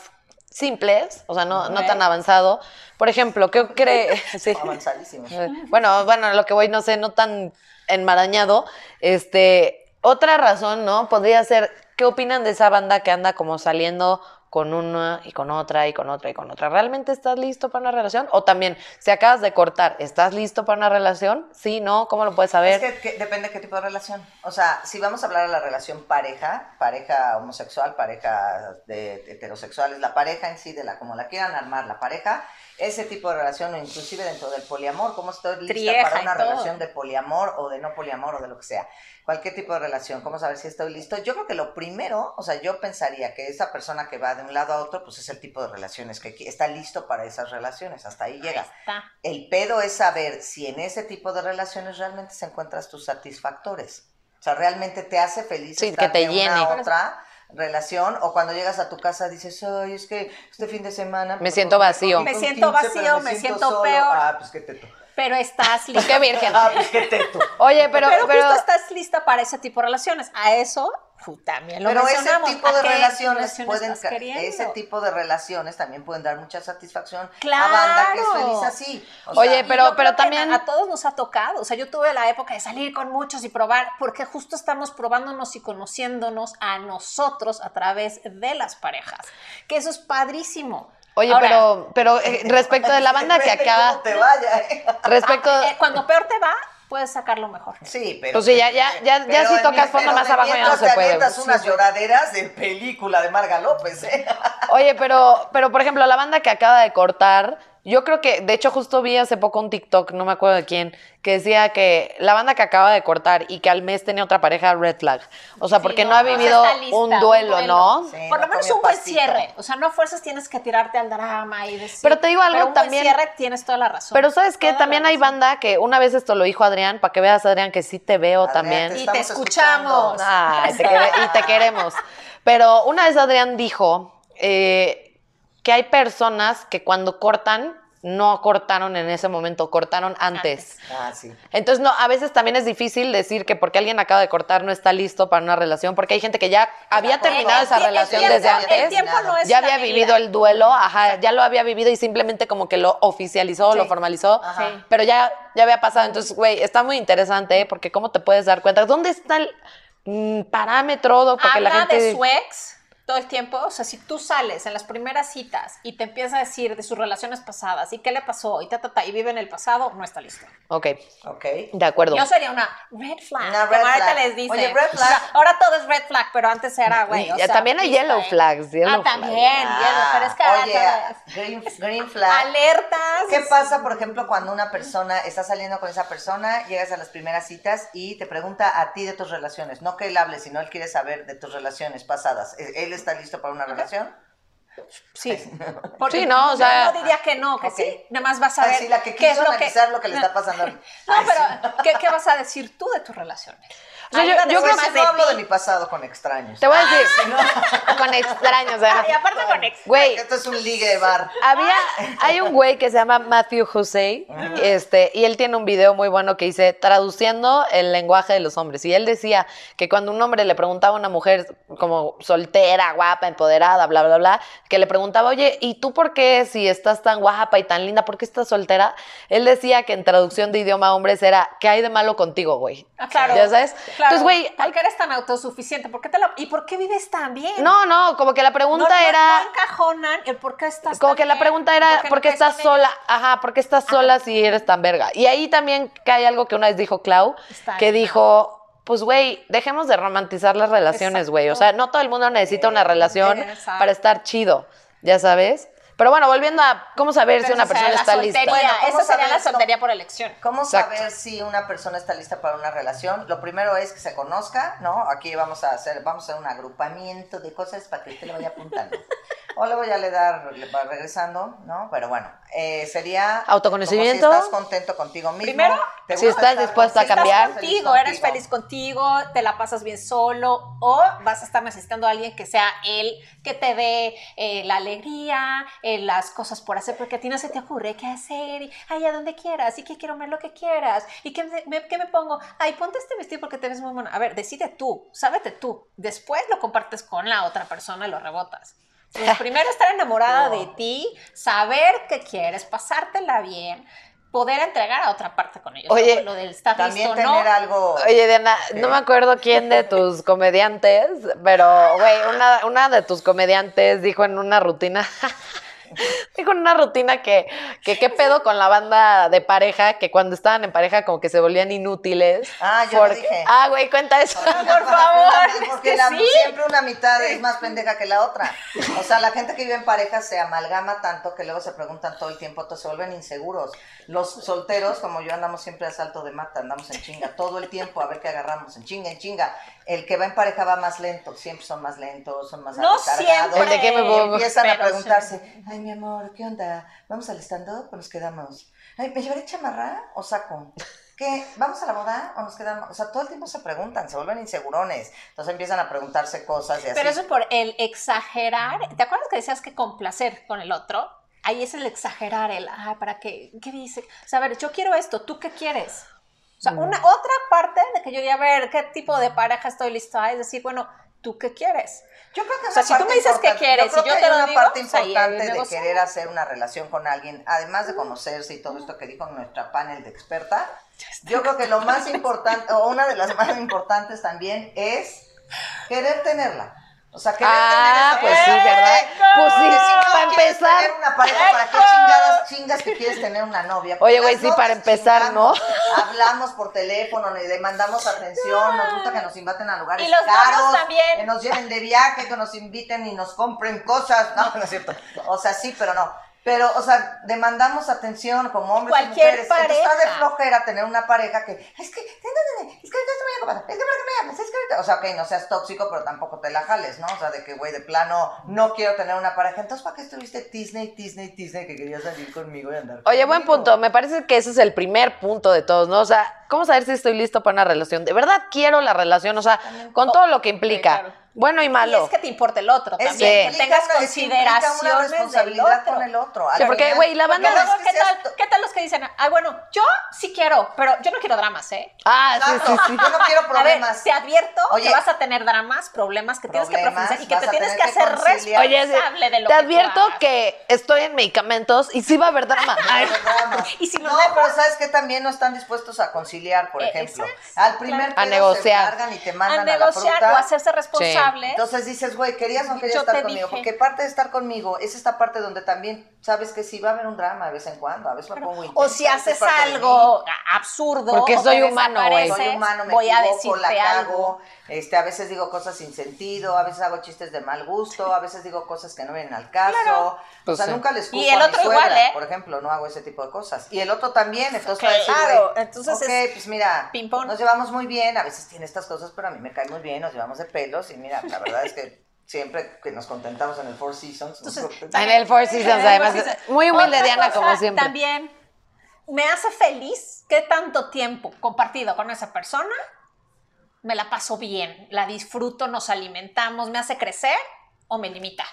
Speaker 1: simples, o sea, no, no
Speaker 3: Ok.
Speaker 1: tan avanzado. Por ejemplo, ¿qué crees?
Speaker 2: Avanzadísimo.
Speaker 1: Eh, Bueno, bueno, a lo que voy, no sé, no tan enmarañado. Este, otra razón, ¿no? Podría ser, ¿qué opinan de esa banda que anda como saliendo con una y con otra y con otra y con otra? ¿Realmente estás listo para una relación? O también, si acabas de cortar, ¿estás listo para una relación? Sí, no, ¿cómo lo puedes
Speaker 2: Es
Speaker 1: saber?
Speaker 2: que, que depende de qué tipo de relación. O sea, si vamos a hablar de la relación pareja, pareja homosexual, pareja de heterosexuales, la pareja en sí, de la como la quieran armar, la pareja, ese tipo de relación, o inclusive dentro del poliamor, cómo estoy lista
Speaker 3: Trieja
Speaker 2: para
Speaker 3: y
Speaker 2: una
Speaker 3: todo.
Speaker 2: relación de poliamor o de no poliamor o de lo que sea. Cualquier tipo de relación, cómo saber si estoy listo. Yo creo que lo primero, o sea, yo pensaría que esa persona que va de un lado a otro, pues es el tipo de relaciones que qui- está listo para esas relaciones, hasta ahí llega.
Speaker 3: Ahí está.
Speaker 2: El pedo es saber si en ese tipo de relaciones realmente se encuentras tus satisfactores. O sea, realmente te hace feliz
Speaker 1: Sí, que
Speaker 2: estar
Speaker 1: te
Speaker 2: de
Speaker 1: llene.
Speaker 2: una a otra relación o cuando llegas a tu casa dices, "Ay, es que este fin de semana
Speaker 1: Me siento vacío.
Speaker 3: Me siento vacío, me siento peor.
Speaker 2: Ah, pues qué teto.
Speaker 3: Pero estás
Speaker 1: Pues qué
Speaker 3: lista.
Speaker 1: virgen.
Speaker 2: Ah, pues qué teto.
Speaker 1: Oye, pero,
Speaker 3: Pero,
Speaker 1: pero-
Speaker 3: justo estás lista para ese tipo de relaciones. A eso ju, también lo
Speaker 2: Pero ese
Speaker 3: mencionamos.
Speaker 2: tipo
Speaker 3: ¿A
Speaker 2: de
Speaker 3: qué
Speaker 2: relaciones
Speaker 3: relación
Speaker 2: pueden
Speaker 3: estás
Speaker 2: ca-
Speaker 3: queriendo?
Speaker 2: ese tipo de relaciones también pueden dar mucha satisfacción a
Speaker 3: Claro.
Speaker 2: banda que es feliz así. O
Speaker 1: Oye,
Speaker 2: sea,
Speaker 3: Y
Speaker 1: pero-
Speaker 3: yo creo
Speaker 1: pero
Speaker 3: que
Speaker 1: también-
Speaker 3: A, a todos nos ha tocado. O sea, yo tuve la época de salir con muchos y probar, porque justo estamos probándonos y conociéndonos a nosotros a través de las parejas. Que eso es padrísimo.
Speaker 1: oye,
Speaker 3: Ahora,
Speaker 1: pero, pero eh, respecto de la banda que
Speaker 2: depende
Speaker 1: acaba,
Speaker 2: cómo te vaya. ¿eh?
Speaker 1: respecto...
Speaker 3: ah, eh, cuando peor te va, puedes sacar lo mejor.
Speaker 2: Sí, pero. eh,
Speaker 1: Pues sí, ya- ya- ya- ya
Speaker 2: pero
Speaker 1: si
Speaker 2: de
Speaker 1: tocas
Speaker 2: mi-
Speaker 1: fondo
Speaker 2: pero
Speaker 1: más
Speaker 2: de
Speaker 1: abajo ya no
Speaker 2: mientras
Speaker 1: se
Speaker 2: te
Speaker 1: puede,
Speaker 2: avientas
Speaker 1: güey.
Speaker 2: unas lloraderas de película de Marga López, ¿eh?
Speaker 1: Oye, pero, pero por ejemplo, la banda que acaba de cortar, yo creo que, de hecho, justo vi hace poco un TikTok, no me acuerdo de quién, que decía que la banda que acaba de cortar y que al mes tenía otra pareja, red flag. O sea, porque no, ha
Speaker 3: o sea,
Speaker 1: vivido
Speaker 3: está lista,
Speaker 1: un, duelo, ¿no?
Speaker 2: Sí,
Speaker 3: Por lo
Speaker 2: no
Speaker 3: menos
Speaker 2: comió
Speaker 3: un buen
Speaker 2: pastito.
Speaker 3: cierre. O sea, no a fuerzas tienes que tirarte al drama y decir.
Speaker 1: Pero te digo algo
Speaker 3: un
Speaker 1: también-
Speaker 3: Buen cierre tienes toda la razón. Eh,
Speaker 1: Pero ¿sabes qué?
Speaker 3: Toda la
Speaker 1: También hay
Speaker 3: razón.
Speaker 1: banda que, una vez esto lo dijo Adrián, para que veas, Adrián, que sí te veo
Speaker 2: Adrián,
Speaker 1: también.
Speaker 3: Y te
Speaker 2: estamos
Speaker 3: escuchamos.
Speaker 2: escuchando.
Speaker 1: Ay, te quere- y te queremos. Pero una vez Adrián dijo eh, que hay personas que cuando cortan, no cortaron en ese momento, cortaron antes.
Speaker 2: Ah, sí.
Speaker 1: Entonces, no, a veces también es difícil decir que porque alguien acaba de cortar no está listo para una relación, porque hay gente que ya había
Speaker 2: acuerdo.
Speaker 1: terminado esa
Speaker 2: El tie- el
Speaker 1: relación
Speaker 2: tiempo-
Speaker 1: desde
Speaker 3: El
Speaker 1: antes,
Speaker 3: tiempo no es
Speaker 1: ya
Speaker 3: la
Speaker 1: había
Speaker 3: medida.
Speaker 1: vivido el duelo, ajá, ya lo había vivido y simplemente como que lo oficializó, lo
Speaker 3: Sí. Ah.
Speaker 1: formalizó,
Speaker 2: Ajá.
Speaker 3: Sí.
Speaker 1: pero ya, ya había pasado. Entonces, güey, está muy interesante, ¿eh? porque cómo te puedes dar cuenta, ¿dónde está el mm, parámetro do- para que la
Speaker 3: Habla
Speaker 1: gente...
Speaker 3: de su ex todo el tiempo, o sea, si tú sales en las primeras citas y te empieza a decir de sus relaciones pasadas y qué le pasó y ta, ta, ta, y vive en el pasado, no está listo.
Speaker 1: Ok,
Speaker 2: Ok.
Speaker 1: de acuerdo.
Speaker 3: Yo sería una red flag.
Speaker 2: Una
Speaker 3: como
Speaker 2: red
Speaker 3: ahorita
Speaker 2: flag.
Speaker 3: les dice.
Speaker 2: Oye, red
Speaker 3: O
Speaker 2: flag.
Speaker 3: sea, ahora todo es red flag, pero antes era, ah, güey. o
Speaker 1: Ya,
Speaker 3: sea,
Speaker 1: también hay
Speaker 3: lista,
Speaker 1: yellow
Speaker 3: ¿eh?
Speaker 1: flags, yellow
Speaker 3: ah,
Speaker 1: flags.
Speaker 3: también, yellow, pero es que ahora
Speaker 2: Ah, oye,
Speaker 3: todo es-
Speaker 2: green, green flag.
Speaker 3: alertas.
Speaker 2: ¿Qué pasa, por ejemplo, cuando una persona está saliendo con esa persona, llegas a las primeras citas y te pregunta a ti de tus relaciones? No que él hable, sino él quiere saber de tus relaciones pasadas. ¿Él él está listo para una relación?
Speaker 3: Sí.
Speaker 1: Sí, no, o sea-
Speaker 3: Yo no diría que no, que
Speaker 2: Ok.
Speaker 3: sí. Nada más vas a ver.
Speaker 2: Así Ah, la que
Speaker 3: qué es
Speaker 2: quiso
Speaker 3: lo que.
Speaker 2: analizar lo que le está pasando.
Speaker 3: No, pero ¿qué, qué vas a decir tú de tus relaciones?
Speaker 1: O sea, yo-
Speaker 3: Ayuda a
Speaker 1: yo creo
Speaker 3: decir
Speaker 2: Pues
Speaker 3: más
Speaker 1: que
Speaker 2: si no hablo
Speaker 3: ti.
Speaker 2: de mi pasado con extraños.
Speaker 1: Te voy a decir,
Speaker 3: Ah.
Speaker 1: con extraños, además.
Speaker 3: Y aparte con ex.
Speaker 1: Güey,
Speaker 2: Esto es un ligue de bar.
Speaker 1: Había, hay un güey que se llama Matthew Hussey, este, y él tiene un video muy bueno que dice traduciendo el lenguaje de los hombres. Y él decía que cuando un hombre le preguntaba a una mujer como soltera, guapa, empoderada, bla, bla, bla, que le preguntaba, oye, ¿y tú por qué si estás tan guapa y tan linda, por qué estás soltera? Él decía que en traducción de idioma a hombres era, ¿qué hay de malo contigo, güey?
Speaker 3: Ah, claro.
Speaker 1: ¿Ya sabes?
Speaker 3: Claro.
Speaker 1: Entonces, güey,
Speaker 3: ¿por qué eres tan autosuficiente? ¿Por qué te la- ¿Y por qué vives tan bien?
Speaker 1: no, no, como que la
Speaker 3: No,
Speaker 1: pregunta
Speaker 3: no,
Speaker 1: era...
Speaker 3: no encajonan el por qué estás
Speaker 1: Como
Speaker 3: tan
Speaker 1: que la
Speaker 3: bien,
Speaker 1: pregunta era, ¿por qué
Speaker 3: no
Speaker 1: estás
Speaker 3: caes con
Speaker 1: sola? Ajá, ¿por qué estás sola si eres tan verga? Y ahí también cae algo que una vez dijo Clau,
Speaker 3: Está
Speaker 1: que
Speaker 3: bien.
Speaker 1: dijo, pues güey, dejemos de romantizar las relaciones, güey. O sea, no todo el mundo necesita una relación
Speaker 3: Exacto.
Speaker 1: para estar chido, ¿ya sabes? Pero bueno, volviendo a cómo saber si
Speaker 3: Pero
Speaker 1: una
Speaker 3: esa sería
Speaker 1: persona
Speaker 3: la
Speaker 1: está
Speaker 3: soltería,
Speaker 1: lista.
Speaker 2: Bueno, ¿cómo
Speaker 3: esa sería la
Speaker 2: sabes, no?
Speaker 3: soltería por elección.
Speaker 2: ¿Cómo
Speaker 1: Exacto.
Speaker 2: saber si una persona está lista para una relación? Lo primero es que se conozca, ¿no? Aquí vamos a hacer, vamos a hacer un agrupamiento de cosas para que usted le vaya apuntando. O luego ya le dar, le va regresando, ¿no? Pero bueno, eh, sería...
Speaker 1: Autoconocimiento.
Speaker 2: como si estás contento contigo mismo.
Speaker 3: Primero,
Speaker 2: te
Speaker 1: si estás
Speaker 2: gusta estar
Speaker 1: dispuesto a
Speaker 2: contigo,
Speaker 1: cambiar.
Speaker 2: estás
Speaker 3: contigo, eres feliz contigo, te la pasas bien solo o vas a estar necesitando a alguien que sea él que te dé eh, la alegría, eh, las cosas por hacer, porque a ti no se te ocurre qué hacer, y, ay, a donde quieras, y que quiero ver lo que quieras, y que me, me- qué me pongo, ay, ponte este vestido porque te ves muy bueno. A ver, decide tú, sábete tú, después lo compartes con la otra persona y lo rebotas. Entonces, primero estar enamorada de ti, saber qué quieres, pasártela bien, poder entregar a otra parte con ellos.
Speaker 1: Oye,
Speaker 3: lo del estar
Speaker 2: También
Speaker 3: listo,
Speaker 2: tener
Speaker 3: ¿no?
Speaker 2: algo...
Speaker 1: Oye, Diana, no me acuerdo quién de tus comediantes, pero, güey, una, una de tus comediantes dijo en una rutina, dijo en una rutina que, que qué pedo con la banda de pareja, que cuando estaban en pareja como que se volvían inútiles.
Speaker 2: Ah, yo lo dije.
Speaker 1: Ah, güey, cuenta eso.
Speaker 3: por favor, es
Speaker 2: Porque
Speaker 3: que
Speaker 2: la-
Speaker 3: sí.
Speaker 2: siempre una mitad es más pendeja que la otra. O sea, la gente que vive en pareja se amalgama tanto que luego se preguntan todo el tiempo, todos se vuelven inseguros. Los solteros, como yo, andamos siempre a salto de mata, andamos en chinga todo el tiempo a ver qué agarramos, en chinga, en chinga. El que va en pareja va más lento, siempre son más lentos, son más
Speaker 3: No
Speaker 2: aletargados.
Speaker 1: siempre. ¿El de qué me pongo?
Speaker 2: Empiezan a
Speaker 3: Pero sí.
Speaker 2: preguntarse, ay, mi amor, ¿qué onda? ¿Vamos al stand-up o nos quedamos? Ay, ¿me llevaré chamarra o saco? ¿Qué? ¿Vamos a la boda o nos quedamos? O sea, todo el tiempo se preguntan, se vuelven insegurones. Entonces empiezan a preguntarse cosas y así.
Speaker 3: Pero eso es por el exagerar. ¿Te acuerdas que decías que complacer con el otro? Ahí es el exagerar, el, ah, ¿para qué? ¿Qué dice? O sea, a ver, yo quiero esto, ¿tú qué quieres? O sea, una otra parte de que yo diría, a ver, ¿qué tipo de pareja estoy listo a? Es decir, bueno, ¿tú qué quieres?
Speaker 2: Yo creo que
Speaker 3: O
Speaker 2: una
Speaker 3: sea, si tú
Speaker 2: parte
Speaker 3: me dices que
Speaker 2: importante-
Speaker 3: quieres
Speaker 2: creo
Speaker 3: y
Speaker 2: que
Speaker 3: yo
Speaker 2: hay
Speaker 3: te lo
Speaker 2: una
Speaker 3: digo,
Speaker 2: parte
Speaker 3: pues ahí hay
Speaker 2: importante de
Speaker 3: negocio.
Speaker 2: querer hacer una relación con alguien, además de conocerse y todo esto que dijo nuestra panel de experta, yo creo que lo más importante, o una de las más importantes también, es querer tenerla. O sea, querer
Speaker 1: Ah,
Speaker 2: tener
Speaker 1: pues sí, ¿verdad? Pues sí,
Speaker 2: Porque si no
Speaker 1: para
Speaker 2: quieres
Speaker 1: empezar.
Speaker 2: tener una pareja, ¿para qué chingadas chingas que quieres tener una novia?
Speaker 1: Oye,
Speaker 2: Las
Speaker 1: güey, sí,
Speaker 2: novias
Speaker 1: para empezar,
Speaker 2: chingamos, Hablamos por teléfono, le demandamos atención, nos gusta que nos invaden a lugares
Speaker 3: Y los novios
Speaker 2: caros,
Speaker 3: también.
Speaker 2: que nos lleven de viaje, que nos inviten y nos compren cosas. No, no es cierto. O sea, sí, pero no. Pero, o sea, demandamos atención como hombres
Speaker 3: Cualquier
Speaker 2: y mujeres. Entonces, está de
Speaker 3: pareja.
Speaker 2: flojera tener una pareja que, es que, es que no te voy a comer, es que para qué me llamas, es que ahorita-". O sea, ok, no seas tóxico, pero tampoco te la jales, ¿no? O sea, de que, güey, de plano, no quiero tener una pareja. Entonces, ¿para qué estuviste Disney, Disney, Disney, que querías salir conmigo y andar
Speaker 1: Oye, buen
Speaker 2: conmigo?
Speaker 1: punto. Me parece que ese es el primer punto de todos, ¿no? O sea, ¿cómo saber si estoy listo para una relación? De verdad quiero la relación, o sea, con todo lo que implica.
Speaker 3: Sí, claro.
Speaker 1: Bueno y malo.
Speaker 3: Y es que te importa el otro
Speaker 2: Es
Speaker 3: también, que
Speaker 2: implica
Speaker 3: tengas
Speaker 2: una- es implica una
Speaker 3: consideraciones del
Speaker 2: responsabilidad
Speaker 3: otro.
Speaker 2: con el otro.
Speaker 1: Sí,
Speaker 2: Al
Speaker 1: porque,
Speaker 2: final,
Speaker 1: güey, la
Speaker 2: porque
Speaker 1: banda-
Speaker 2: no
Speaker 3: Luego,
Speaker 2: es que
Speaker 3: ¿qué,
Speaker 2: seas
Speaker 3: tal, ¿qué tal los que dicen, ah, bueno, yo sí quiero, pero yo no quiero dramas, ¿eh?
Speaker 1: Ah, sí, sí,
Speaker 2: Exacto.
Speaker 1: sí.
Speaker 2: Yo no quiero
Speaker 3: A ver,
Speaker 2: problemas.
Speaker 3: te advierto
Speaker 2: Oye.
Speaker 3: que vas a tener dramas, problemas que tienes que
Speaker 2: Problemas,
Speaker 3: profundizar y que
Speaker 2: vas
Speaker 3: te
Speaker 2: a
Speaker 3: tienes
Speaker 2: tener
Speaker 3: que
Speaker 2: que
Speaker 3: hacer
Speaker 2: conciliar.
Speaker 1: Oye, sí,
Speaker 3: responsable de lo
Speaker 1: te
Speaker 3: que tú
Speaker 1: advierto
Speaker 3: hagas.
Speaker 1: que estoy en medicamentos y sí va a haber drama. Ay,
Speaker 2: Programas.
Speaker 3: Y si lo
Speaker 2: no,
Speaker 3: dejas-
Speaker 2: pero sabes que también no están dispuestos a conciliar, por
Speaker 3: Eh,
Speaker 2: ejemplo.
Speaker 3: exacto,
Speaker 2: Al primer
Speaker 1: claro. A
Speaker 2: pedo
Speaker 1: negociar.
Speaker 2: se largan y te
Speaker 3: a
Speaker 2: mandan a, la
Speaker 3: negociar
Speaker 2: fruta.
Speaker 3: o hacerse responsables.
Speaker 2: Entonces dices, güey, querías o no querías
Speaker 3: Yo
Speaker 2: estar
Speaker 3: te
Speaker 2: conmigo.
Speaker 3: dije.
Speaker 2: Porque parte de estar conmigo es esta parte donde también sabes que sí va a haber un drama de vez en cuando. A veces me pongo
Speaker 3: o
Speaker 2: intensa,
Speaker 3: si
Speaker 2: a veces
Speaker 3: haces
Speaker 2: es parte de
Speaker 3: algo a- absurdo,
Speaker 1: Porque
Speaker 3: o te
Speaker 1: soy humano, güey.
Speaker 2: mí.
Speaker 3: desapareces,
Speaker 2: Soy humano, me
Speaker 3: voy a
Speaker 2: equivoco,
Speaker 3: decirte
Speaker 2: la
Speaker 3: algo.
Speaker 2: cago. Este, a veces digo cosas sin sentido, a veces hago chistes de mal gusto, a veces digo cosas que no vienen al caso.
Speaker 1: Pues
Speaker 2: o sea,
Speaker 1: sí.
Speaker 2: nunca les
Speaker 3: Y el
Speaker 2: a mi
Speaker 3: otro
Speaker 2: suegra,
Speaker 3: igual, ¿eh?
Speaker 2: por ejemplo, no hago ese tipo de cosas. Y el otro también, entonces
Speaker 3: Claro,
Speaker 2: para decir, güey,
Speaker 3: entonces
Speaker 2: ok,
Speaker 3: es
Speaker 2: pues mira,
Speaker 3: ping-pong.
Speaker 2: nos llevamos muy bien, a veces tiene estas cosas, pero a mí me cae muy bien, nos llevamos de pelos y mira, la verdad es que siempre que nos contentamos en el Four Seasons, nos
Speaker 3: Entonces,
Speaker 2: contentamos.
Speaker 1: En el Four Seasons,
Speaker 3: Eh,
Speaker 1: además.
Speaker 3: Four Seasons.
Speaker 1: Muy humilde
Speaker 3: Otra
Speaker 1: Diana,
Speaker 3: cosa
Speaker 1: como siempre.
Speaker 3: También me hace feliz que tanto tiempo compartido con esa persona me la paso bien, la disfruto, nos alimentamos, me hace crecer o me limita.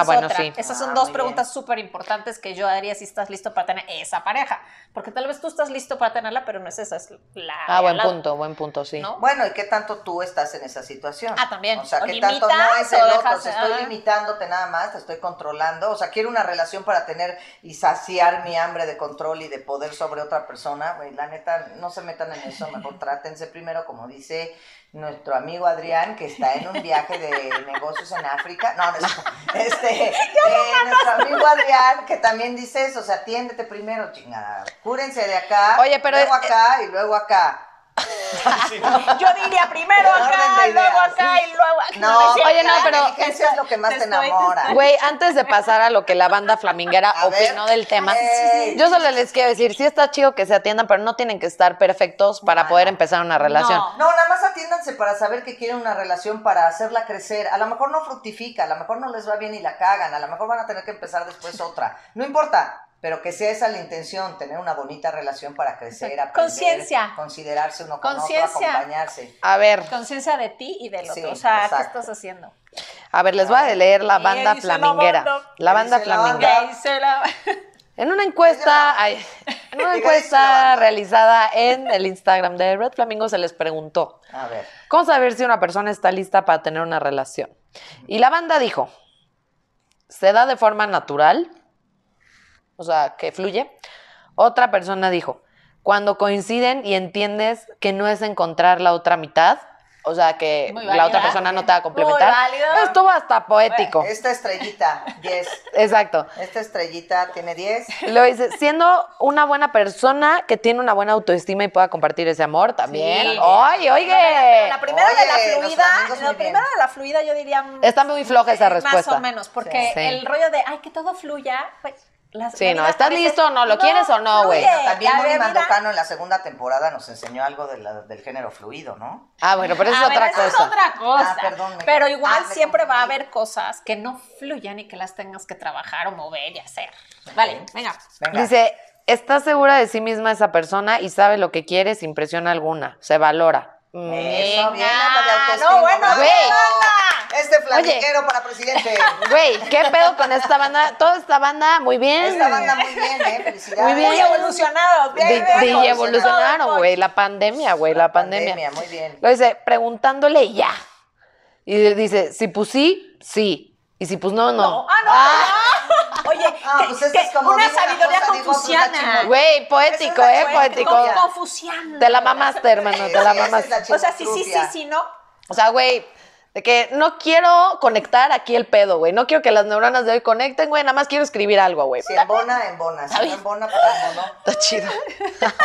Speaker 1: Ah,
Speaker 3: es
Speaker 1: bueno,
Speaker 3: otra.
Speaker 1: sí.
Speaker 3: Esas son
Speaker 2: Ah,
Speaker 3: dos
Speaker 2: muy
Speaker 3: preguntas súper importantes que yo haría si estás listo para tener esa pareja. Porque tal vez tú estás listo para tenerla, pero no es esa, es la.
Speaker 1: Ah, buen
Speaker 3: la-
Speaker 1: punto, buen punto, sí.
Speaker 3: ¿No?
Speaker 2: Bueno, ¿y qué tanto tú estás en esa situación?
Speaker 3: Ah, también.
Speaker 2: O sea,
Speaker 3: ¿O
Speaker 2: ¿qué tanto no
Speaker 3: limitas
Speaker 2: es el
Speaker 3: o
Speaker 2: otro?
Speaker 3: dejas-
Speaker 2: O sea, estoy
Speaker 3: ah.
Speaker 2: limitándote nada más, te estoy controlando. O sea, quiero una relación para tener y saciar mi hambre de control y de poder sobre otra persona. Güey, la neta, no se metan en eso, mejor trátense primero, como dice nuestro amigo Adrián, que está en un viaje de negocios en África. No, no, es- este, eh, nuestro amigo Adrián, que también dice eso, o sea, atiéndete primero, chingada. Cúrense de acá,
Speaker 1: Oye, pero-
Speaker 2: luego acá y luego acá.
Speaker 3: Yo diría primero
Speaker 2: Orden
Speaker 3: acá,
Speaker 2: de
Speaker 3: y luego
Speaker 2: ideas.
Speaker 3: acá, y luego acá.
Speaker 2: No,
Speaker 3: es cierto,
Speaker 1: oye, no,
Speaker 3: la
Speaker 1: pero-
Speaker 3: inteligencia
Speaker 2: inteligencia es lo que más te
Speaker 3: estoy-
Speaker 2: enamora.
Speaker 1: Güey, antes de pasar a lo que la banda flaminguera
Speaker 2: A ver.
Speaker 1: opinó del tema,
Speaker 2: Ey.
Speaker 1: yo solo les quiero decir, sí está chido que se atiendan, pero no tienen que estar perfectos para
Speaker 2: No,
Speaker 1: poder
Speaker 2: no.
Speaker 1: empezar una relación.
Speaker 3: No.
Speaker 2: No, nada más atiéndanse para saber que quieren una relación para hacerla crecer. A lo mejor no fructifica, a lo mejor no les va bien y la cagan, a lo mejor van a tener que empezar después otra. No importa, pero que sea esa la intención, tener una bonita relación para crecer, aprender,
Speaker 3: Conciencia.
Speaker 2: considerarse uno con
Speaker 3: Conciencia.
Speaker 2: otro, acompañarse.
Speaker 1: A ver,
Speaker 3: Conciencia de ti y del otro.
Speaker 2: Sí,
Speaker 3: o sea, ¿qué
Speaker 2: exacto.
Speaker 3: estás haciendo?
Speaker 1: a ver, les voy a leer la
Speaker 3: Sí,
Speaker 1: banda
Speaker 3: dice la
Speaker 1: flaminguera.
Speaker 3: banda.
Speaker 1: La banda
Speaker 2: Dice la
Speaker 1: flaminguera.
Speaker 2: Ya.
Speaker 3: Ya hice la-
Speaker 1: En una encuesta, ay, en una
Speaker 2: Diga,
Speaker 1: encuesta
Speaker 2: diga.
Speaker 1: realizada en el Instagram de Red Flamingo se les preguntó,
Speaker 2: A ver.
Speaker 1: ¿cómo saber si una persona está lista para tener una relación? Y la banda dijo, ¿se da de forma natural? O sea, que fluye. Otra persona dijo, cuando coinciden y entiendes que no es encontrar la otra mitad, o sea, que
Speaker 3: Muy
Speaker 1: la otra
Speaker 3: válida.
Speaker 1: persona no te va a
Speaker 3: Muy
Speaker 1: complementar.
Speaker 3: válido.
Speaker 1: Estuvo hasta poético.
Speaker 2: Esta estrellita, 10.
Speaker 1: Exacto.
Speaker 2: Esta estrellita tiene 10.
Speaker 1: Lo dice, siendo una buena persona que tiene una buena autoestima y pueda compartir ese amor también.
Speaker 3: Sí.
Speaker 1: Oye,
Speaker 3: Pero
Speaker 1: oye.
Speaker 3: la primera de
Speaker 2: Oye, los
Speaker 3: la fluida,
Speaker 2: amigos muy
Speaker 3: la
Speaker 2: bien.
Speaker 3: primera de la fluida yo diría... mm,
Speaker 1: Está muy floja esa
Speaker 3: eh,
Speaker 1: respuesta.
Speaker 3: Más o menos, porque
Speaker 1: Sí. Sí.
Speaker 3: el rollo de, ay, que todo fluya, pues... las-
Speaker 1: Sí,
Speaker 3: la
Speaker 1: no,
Speaker 3: vida
Speaker 1: ¿estás
Speaker 3: a veces
Speaker 1: listo o no? ¿Lo quieres o no, güey?
Speaker 3: fluye.
Speaker 2: También
Speaker 3: La
Speaker 2: Moni
Speaker 3: vida-
Speaker 2: Mandocano en la segunda temporada nos enseñó algo de la- del género fluido, ¿no?
Speaker 1: Ah, bueno, pero esa
Speaker 3: A
Speaker 1: es
Speaker 3: ver,
Speaker 1: otra
Speaker 3: esa es
Speaker 1: cosa.
Speaker 3: otra cosa.
Speaker 2: Ah, perdón, me-
Speaker 3: Pero igual
Speaker 2: ah, me
Speaker 3: siempre va a
Speaker 2: confundí.
Speaker 3: haber cosas que no fluyan y que las tengas que trabajar o mover y hacer. Vale, venga.
Speaker 2: Venga.
Speaker 1: Dice, está segura de sí misma esa persona y sabe lo que quiere sin presión alguna. Se valora. Mm.
Speaker 2: Eso, bien,
Speaker 3: Venga.
Speaker 2: habla de autoestima.
Speaker 3: No, bueno,
Speaker 2: bravo.
Speaker 1: güey.
Speaker 2: Este flamenquero para presidente.
Speaker 1: Güey, ¿qué pedo con esta banda? Toda esta banda, muy bien.
Speaker 2: Esta banda muy bien, ¿eh? Felicidades.
Speaker 1: Muy bien.
Speaker 3: Muy evolucionados.
Speaker 1: Di-
Speaker 3: Bien,
Speaker 1: di-
Speaker 3: bien,
Speaker 2: evolucionaron.
Speaker 1: evolucionaron, güey. La pandemia, güey, la, pandemia.
Speaker 2: Muy bien.
Speaker 1: Lo dice, preguntándole ya. Y dice, si pues sí, sí. Y si pues no, no.
Speaker 3: No, ah, no. Oye,
Speaker 2: Ah,
Speaker 3: que-
Speaker 2: pues eso
Speaker 3: que
Speaker 2: es como
Speaker 3: una
Speaker 2: dice una
Speaker 3: sabiduría
Speaker 2: cosa, digo, pues, una
Speaker 3: confuciana.
Speaker 2: chingona.
Speaker 1: Güey, poético,
Speaker 2: Esa
Speaker 1: ¿eh?
Speaker 2: es la
Speaker 3: Con-
Speaker 1: Poético.
Speaker 2: chingona.
Speaker 3: Confuciana.
Speaker 1: Te la mamaste, hermano, te la
Speaker 2: Sí, esa es
Speaker 1: mamaste.
Speaker 2: la
Speaker 3: O sea, sí, sí, sí,
Speaker 2: chingotruquia.
Speaker 3: sí, no.
Speaker 1: O sea, güey, de que no quiero conectar aquí el pedo, güey. No quiero que las neuronas de hoy conecten, güey. Nada más quiero escribir algo, güey.
Speaker 2: Si embona, embona. Si no embona, para ah, no.
Speaker 1: Está chido.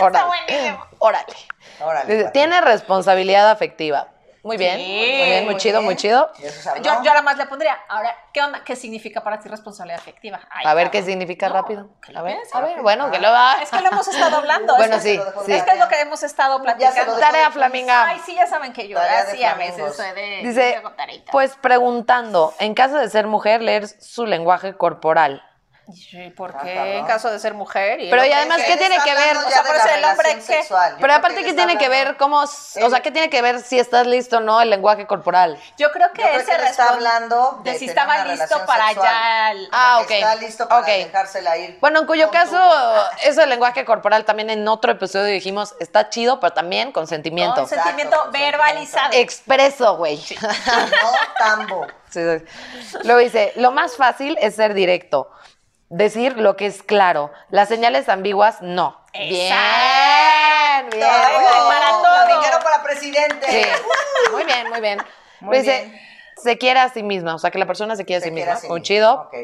Speaker 1: Órale.
Speaker 3: buenísimo.
Speaker 1: Órale.
Speaker 2: Órale.
Speaker 1: Dice,
Speaker 2: papi.
Speaker 1: Tiene responsabilidad afectiva. Muy bien.
Speaker 3: Sí.
Speaker 1: Muy bien, muy chido,
Speaker 2: bien.
Speaker 1: muy chido.
Speaker 2: De eso se habló.
Speaker 3: Yo, yo nada más le pondría, ahora, ¿qué onda? ¿Qué significa para ti responsabilidad afectiva? Ay,
Speaker 1: A ver
Speaker 3: cabrón.
Speaker 1: qué significa
Speaker 3: No,
Speaker 1: rápido.
Speaker 3: que lo
Speaker 1: A ver,
Speaker 3: pienses.
Speaker 1: a ver, bueno, que
Speaker 2: Ah.
Speaker 1: lo va.
Speaker 3: Es que lo hemos estado hablando.
Speaker 1: Bueno,
Speaker 3: es que-
Speaker 1: sí, sí.
Speaker 3: Es que es lo que hemos estado
Speaker 2: se lo
Speaker 3: platicando.
Speaker 2: dejó
Speaker 1: Tarea
Speaker 2: de-
Speaker 1: flaminga.
Speaker 3: Ay, sí, ya saben que yo
Speaker 2: Tarea de
Speaker 3: así a veces
Speaker 2: flamingos.
Speaker 3: soy de...
Speaker 1: Dice,
Speaker 3: de gotarita.
Speaker 1: pues preguntando, en caso de ser mujer, leer su lenguaje corporal.
Speaker 3: Sí, ¿Por
Speaker 2: Ah,
Speaker 3: qué?
Speaker 2: cabrón.
Speaker 3: En caso de ser mujer. y-
Speaker 1: Pero ya además,
Speaker 2: Él
Speaker 1: ¿qué
Speaker 2: está
Speaker 1: tiene que ver?
Speaker 2: hablando
Speaker 1: O
Speaker 2: ya
Speaker 1: sea,
Speaker 2: de
Speaker 3: por
Speaker 2: la
Speaker 3: eso el hombre,
Speaker 2: relación
Speaker 3: ¿qué?
Speaker 2: sexual. Yo
Speaker 1: Pero
Speaker 2: creo
Speaker 1: aparte,
Speaker 2: él
Speaker 1: ¿qué
Speaker 2: está
Speaker 1: tiene que
Speaker 2: hablando-
Speaker 1: ver cómo, o sea, ¿qué tiene que ver si estás listo o no el lenguaje corporal?
Speaker 3: Yo creo que
Speaker 2: Yo creo
Speaker 3: él
Speaker 2: que
Speaker 3: se
Speaker 2: él está
Speaker 3: responde
Speaker 2: hablando de
Speaker 3: de si
Speaker 2: tener
Speaker 3: estaba
Speaker 2: una
Speaker 3: listo
Speaker 2: relación
Speaker 3: para
Speaker 2: sexual.
Speaker 3: allá. el-
Speaker 1: Ah,
Speaker 2: Como que
Speaker 1: ok.
Speaker 2: Está listo para
Speaker 1: Ok.
Speaker 2: dejársela ir.
Speaker 1: Bueno, en cuyo
Speaker 2: Con
Speaker 1: caso,
Speaker 2: tu-
Speaker 1: eso del lenguaje corporal también en otro episodio dijimos, está chido, pero también consentimiento.
Speaker 3: Con sentimiento
Speaker 2: Exacto, con
Speaker 3: verbalizado.
Speaker 1: Expreso, güey.
Speaker 2: No tambo.
Speaker 1: Sí, sí. Luego dice, lo más fácil es ser directo, decir lo que es claro, las señales ambiguas no. Bien,
Speaker 3: Exacto.
Speaker 1: bien.
Speaker 3: Todo,
Speaker 2: Bravo,
Speaker 3: güey, para todo.
Speaker 2: Flamenguero para presidente.
Speaker 1: Sí. Muy bien, muy bien.
Speaker 2: Muy
Speaker 1: dice,
Speaker 2: bien.
Speaker 1: se quiere a sí misma, o sea, que la persona se quiere a sí
Speaker 2: Se
Speaker 1: misma.
Speaker 2: quiere así
Speaker 1: Muy
Speaker 2: mismo.
Speaker 1: chido.
Speaker 2: Ok.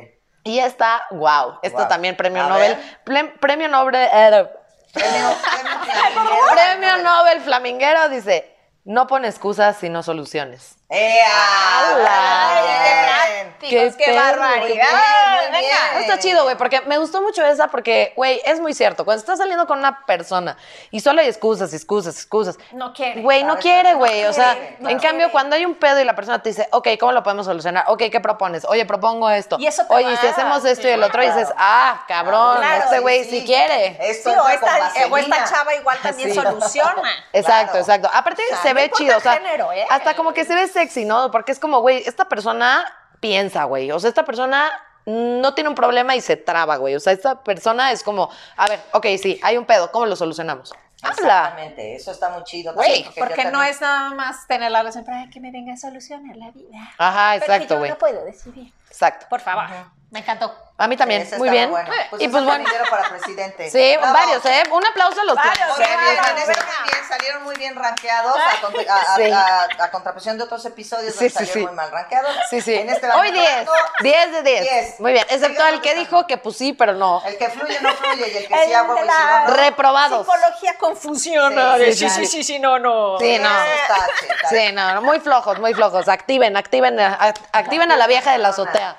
Speaker 1: Y esta, wow, esta
Speaker 2: Guau.
Speaker 1: también premio
Speaker 2: A
Speaker 1: Nobel.
Speaker 2: ver.
Speaker 1: Plem- premio Nobel. eh,
Speaker 2: Premio, premio Flamenguero.
Speaker 1: premio Nobel Flaminguero dice, no pone excusas sino soluciones.
Speaker 2: ¡Ea!
Speaker 1: ¡Hala!
Speaker 2: Bien.
Speaker 3: Ay, qué prácticos,
Speaker 1: Qué
Speaker 3: qué,
Speaker 1: perro, qué
Speaker 3: barbaridad.
Speaker 2: bien, muy
Speaker 3: Venga.
Speaker 2: bien.
Speaker 1: Está chido, güey, porque me gustó mucho esa porque, güey, es muy cierto. Cuando estás saliendo con una persona y solo hay excusas, excusas, excusas.
Speaker 3: No quiere.
Speaker 1: Güey, no
Speaker 2: Claro,
Speaker 1: quiere,
Speaker 2: claro,
Speaker 1: güey.
Speaker 2: no
Speaker 1: O sea,
Speaker 2: quiere,
Speaker 1: en
Speaker 2: claro.
Speaker 1: cambio, cuando hay un pedo y la persona te dice, ok, ¿cómo lo podemos solucionar? Ok, ¿qué propones? Oye, propongo esto.
Speaker 3: Y eso te
Speaker 1: Oye, y si
Speaker 3: va,
Speaker 1: hacemos esto y el
Speaker 3: claro.
Speaker 1: otro, dices, ah, cabrón,
Speaker 3: Claro,
Speaker 1: este
Speaker 3: sí,
Speaker 1: güey sí, quiere.
Speaker 2: Esto
Speaker 3: Sí, o
Speaker 2: entra con
Speaker 3: esta, eh, o
Speaker 2: vaselina.
Speaker 3: esta chava igual también
Speaker 1: Sí.
Speaker 3: soluciona.
Speaker 1: Exacto,
Speaker 2: Claro.
Speaker 1: exacto. Aparte
Speaker 3: sea,
Speaker 1: se
Speaker 3: no
Speaker 1: ve
Speaker 3: importa
Speaker 1: chido, o sea,
Speaker 3: el género, ¿eh?
Speaker 1: hasta como que se ve sexy, ¿no? Porque es como, güey, esta persona piensa, güey. O sea, esta persona no tiene un problema y se traba, güey. O sea, esta persona es como, a ver, ok, sí, hay un pedo, ¿cómo lo solucionamos? Habla.
Speaker 2: Exactamente, eso está muy chido.
Speaker 1: Güey,
Speaker 2: también,
Speaker 3: Porque,
Speaker 2: yo
Speaker 3: no
Speaker 2: también-
Speaker 3: es nada más tener la relación, pero ay, que me venga a solucionar la vida.
Speaker 1: Ajá,
Speaker 3: Pero que
Speaker 1: exacto,
Speaker 3: yo
Speaker 1: güey.
Speaker 3: No puedo decidir.
Speaker 1: Exacto.
Speaker 3: Por favor. Me encantó.
Speaker 1: A mí también.
Speaker 2: Ese
Speaker 1: Muy
Speaker 2: estaba
Speaker 1: bien.
Speaker 2: bueno. Pues
Speaker 1: y
Speaker 2: es
Speaker 1: pues
Speaker 2: el
Speaker 1: bueno.
Speaker 2: candidato para presidente.
Speaker 1: Sí,
Speaker 2: Bravo.
Speaker 1: varios, ¿eh? Un aplauso a los
Speaker 3: Varios, ¿eh?
Speaker 1: tres.
Speaker 2: Oye,
Speaker 3: Qué
Speaker 2: bien,
Speaker 3: bárbaro.
Speaker 2: están muy bien, salieron muy bien rankeados a, contra- a- a-
Speaker 1: Sí.
Speaker 2: a- a contraposición de otros episodios
Speaker 1: Sí,
Speaker 2: donde
Speaker 1: sí,
Speaker 2: salieron
Speaker 1: sí.
Speaker 2: muy mal rankeados.
Speaker 1: Sí, sí.
Speaker 2: En este van
Speaker 1: Hoy 10.
Speaker 2: mejorando.
Speaker 1: 10 de 10.
Speaker 2: Diez.
Speaker 1: Muy bien. Excepto
Speaker 2: Sigan
Speaker 1: al que
Speaker 2: aplicando.
Speaker 1: dijo que pues sí, pero no.
Speaker 2: El que fluye no fluye y el que
Speaker 3: El
Speaker 2: sí a huevo
Speaker 3: de
Speaker 2: y si no,
Speaker 3: la-
Speaker 2: no.
Speaker 1: Reprobados.
Speaker 3: Psicología confusión.
Speaker 2: Sí,
Speaker 3: ¿no? Sí,
Speaker 1: sí,
Speaker 3: sí,
Speaker 1: claro.
Speaker 3: sí, sí, sí, no, no.
Speaker 1: Sí, no.
Speaker 2: Eso está cheta.
Speaker 1: Sí, no, no, muy flojos, muy flojos. Activen, activen, a- activen a la vieja de la azotea.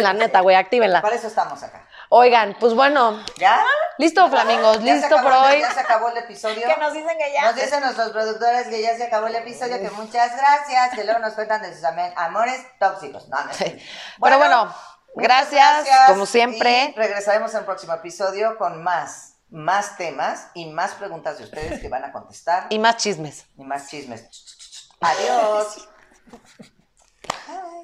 Speaker 1: La neta, güey, actívenla.
Speaker 2: Para eso estamos acá.
Speaker 1: Oigan, pues bueno,
Speaker 2: ¿Ya?
Speaker 1: listo, flamingos,
Speaker 2: ¿Ya se
Speaker 1: listo por
Speaker 2: acabó-
Speaker 1: hoy.
Speaker 2: Ya se acabó el episodio.
Speaker 3: Que nos dicen que ya.
Speaker 2: Nos dicen nuestros productores que ya se acabó el episodio, que muchas gracias, que luego nos cuentan de sus amén- amores tóxicos. No, no es cierto.
Speaker 1: Pero bueno,
Speaker 2: muchas
Speaker 1: gracias, como siempre.
Speaker 2: y regresaremos en el próximo episodio con más, más temas y más preguntas de ustedes que van a contestar
Speaker 1: Y más chismes.
Speaker 2: y más chismes. Adiós. Bye.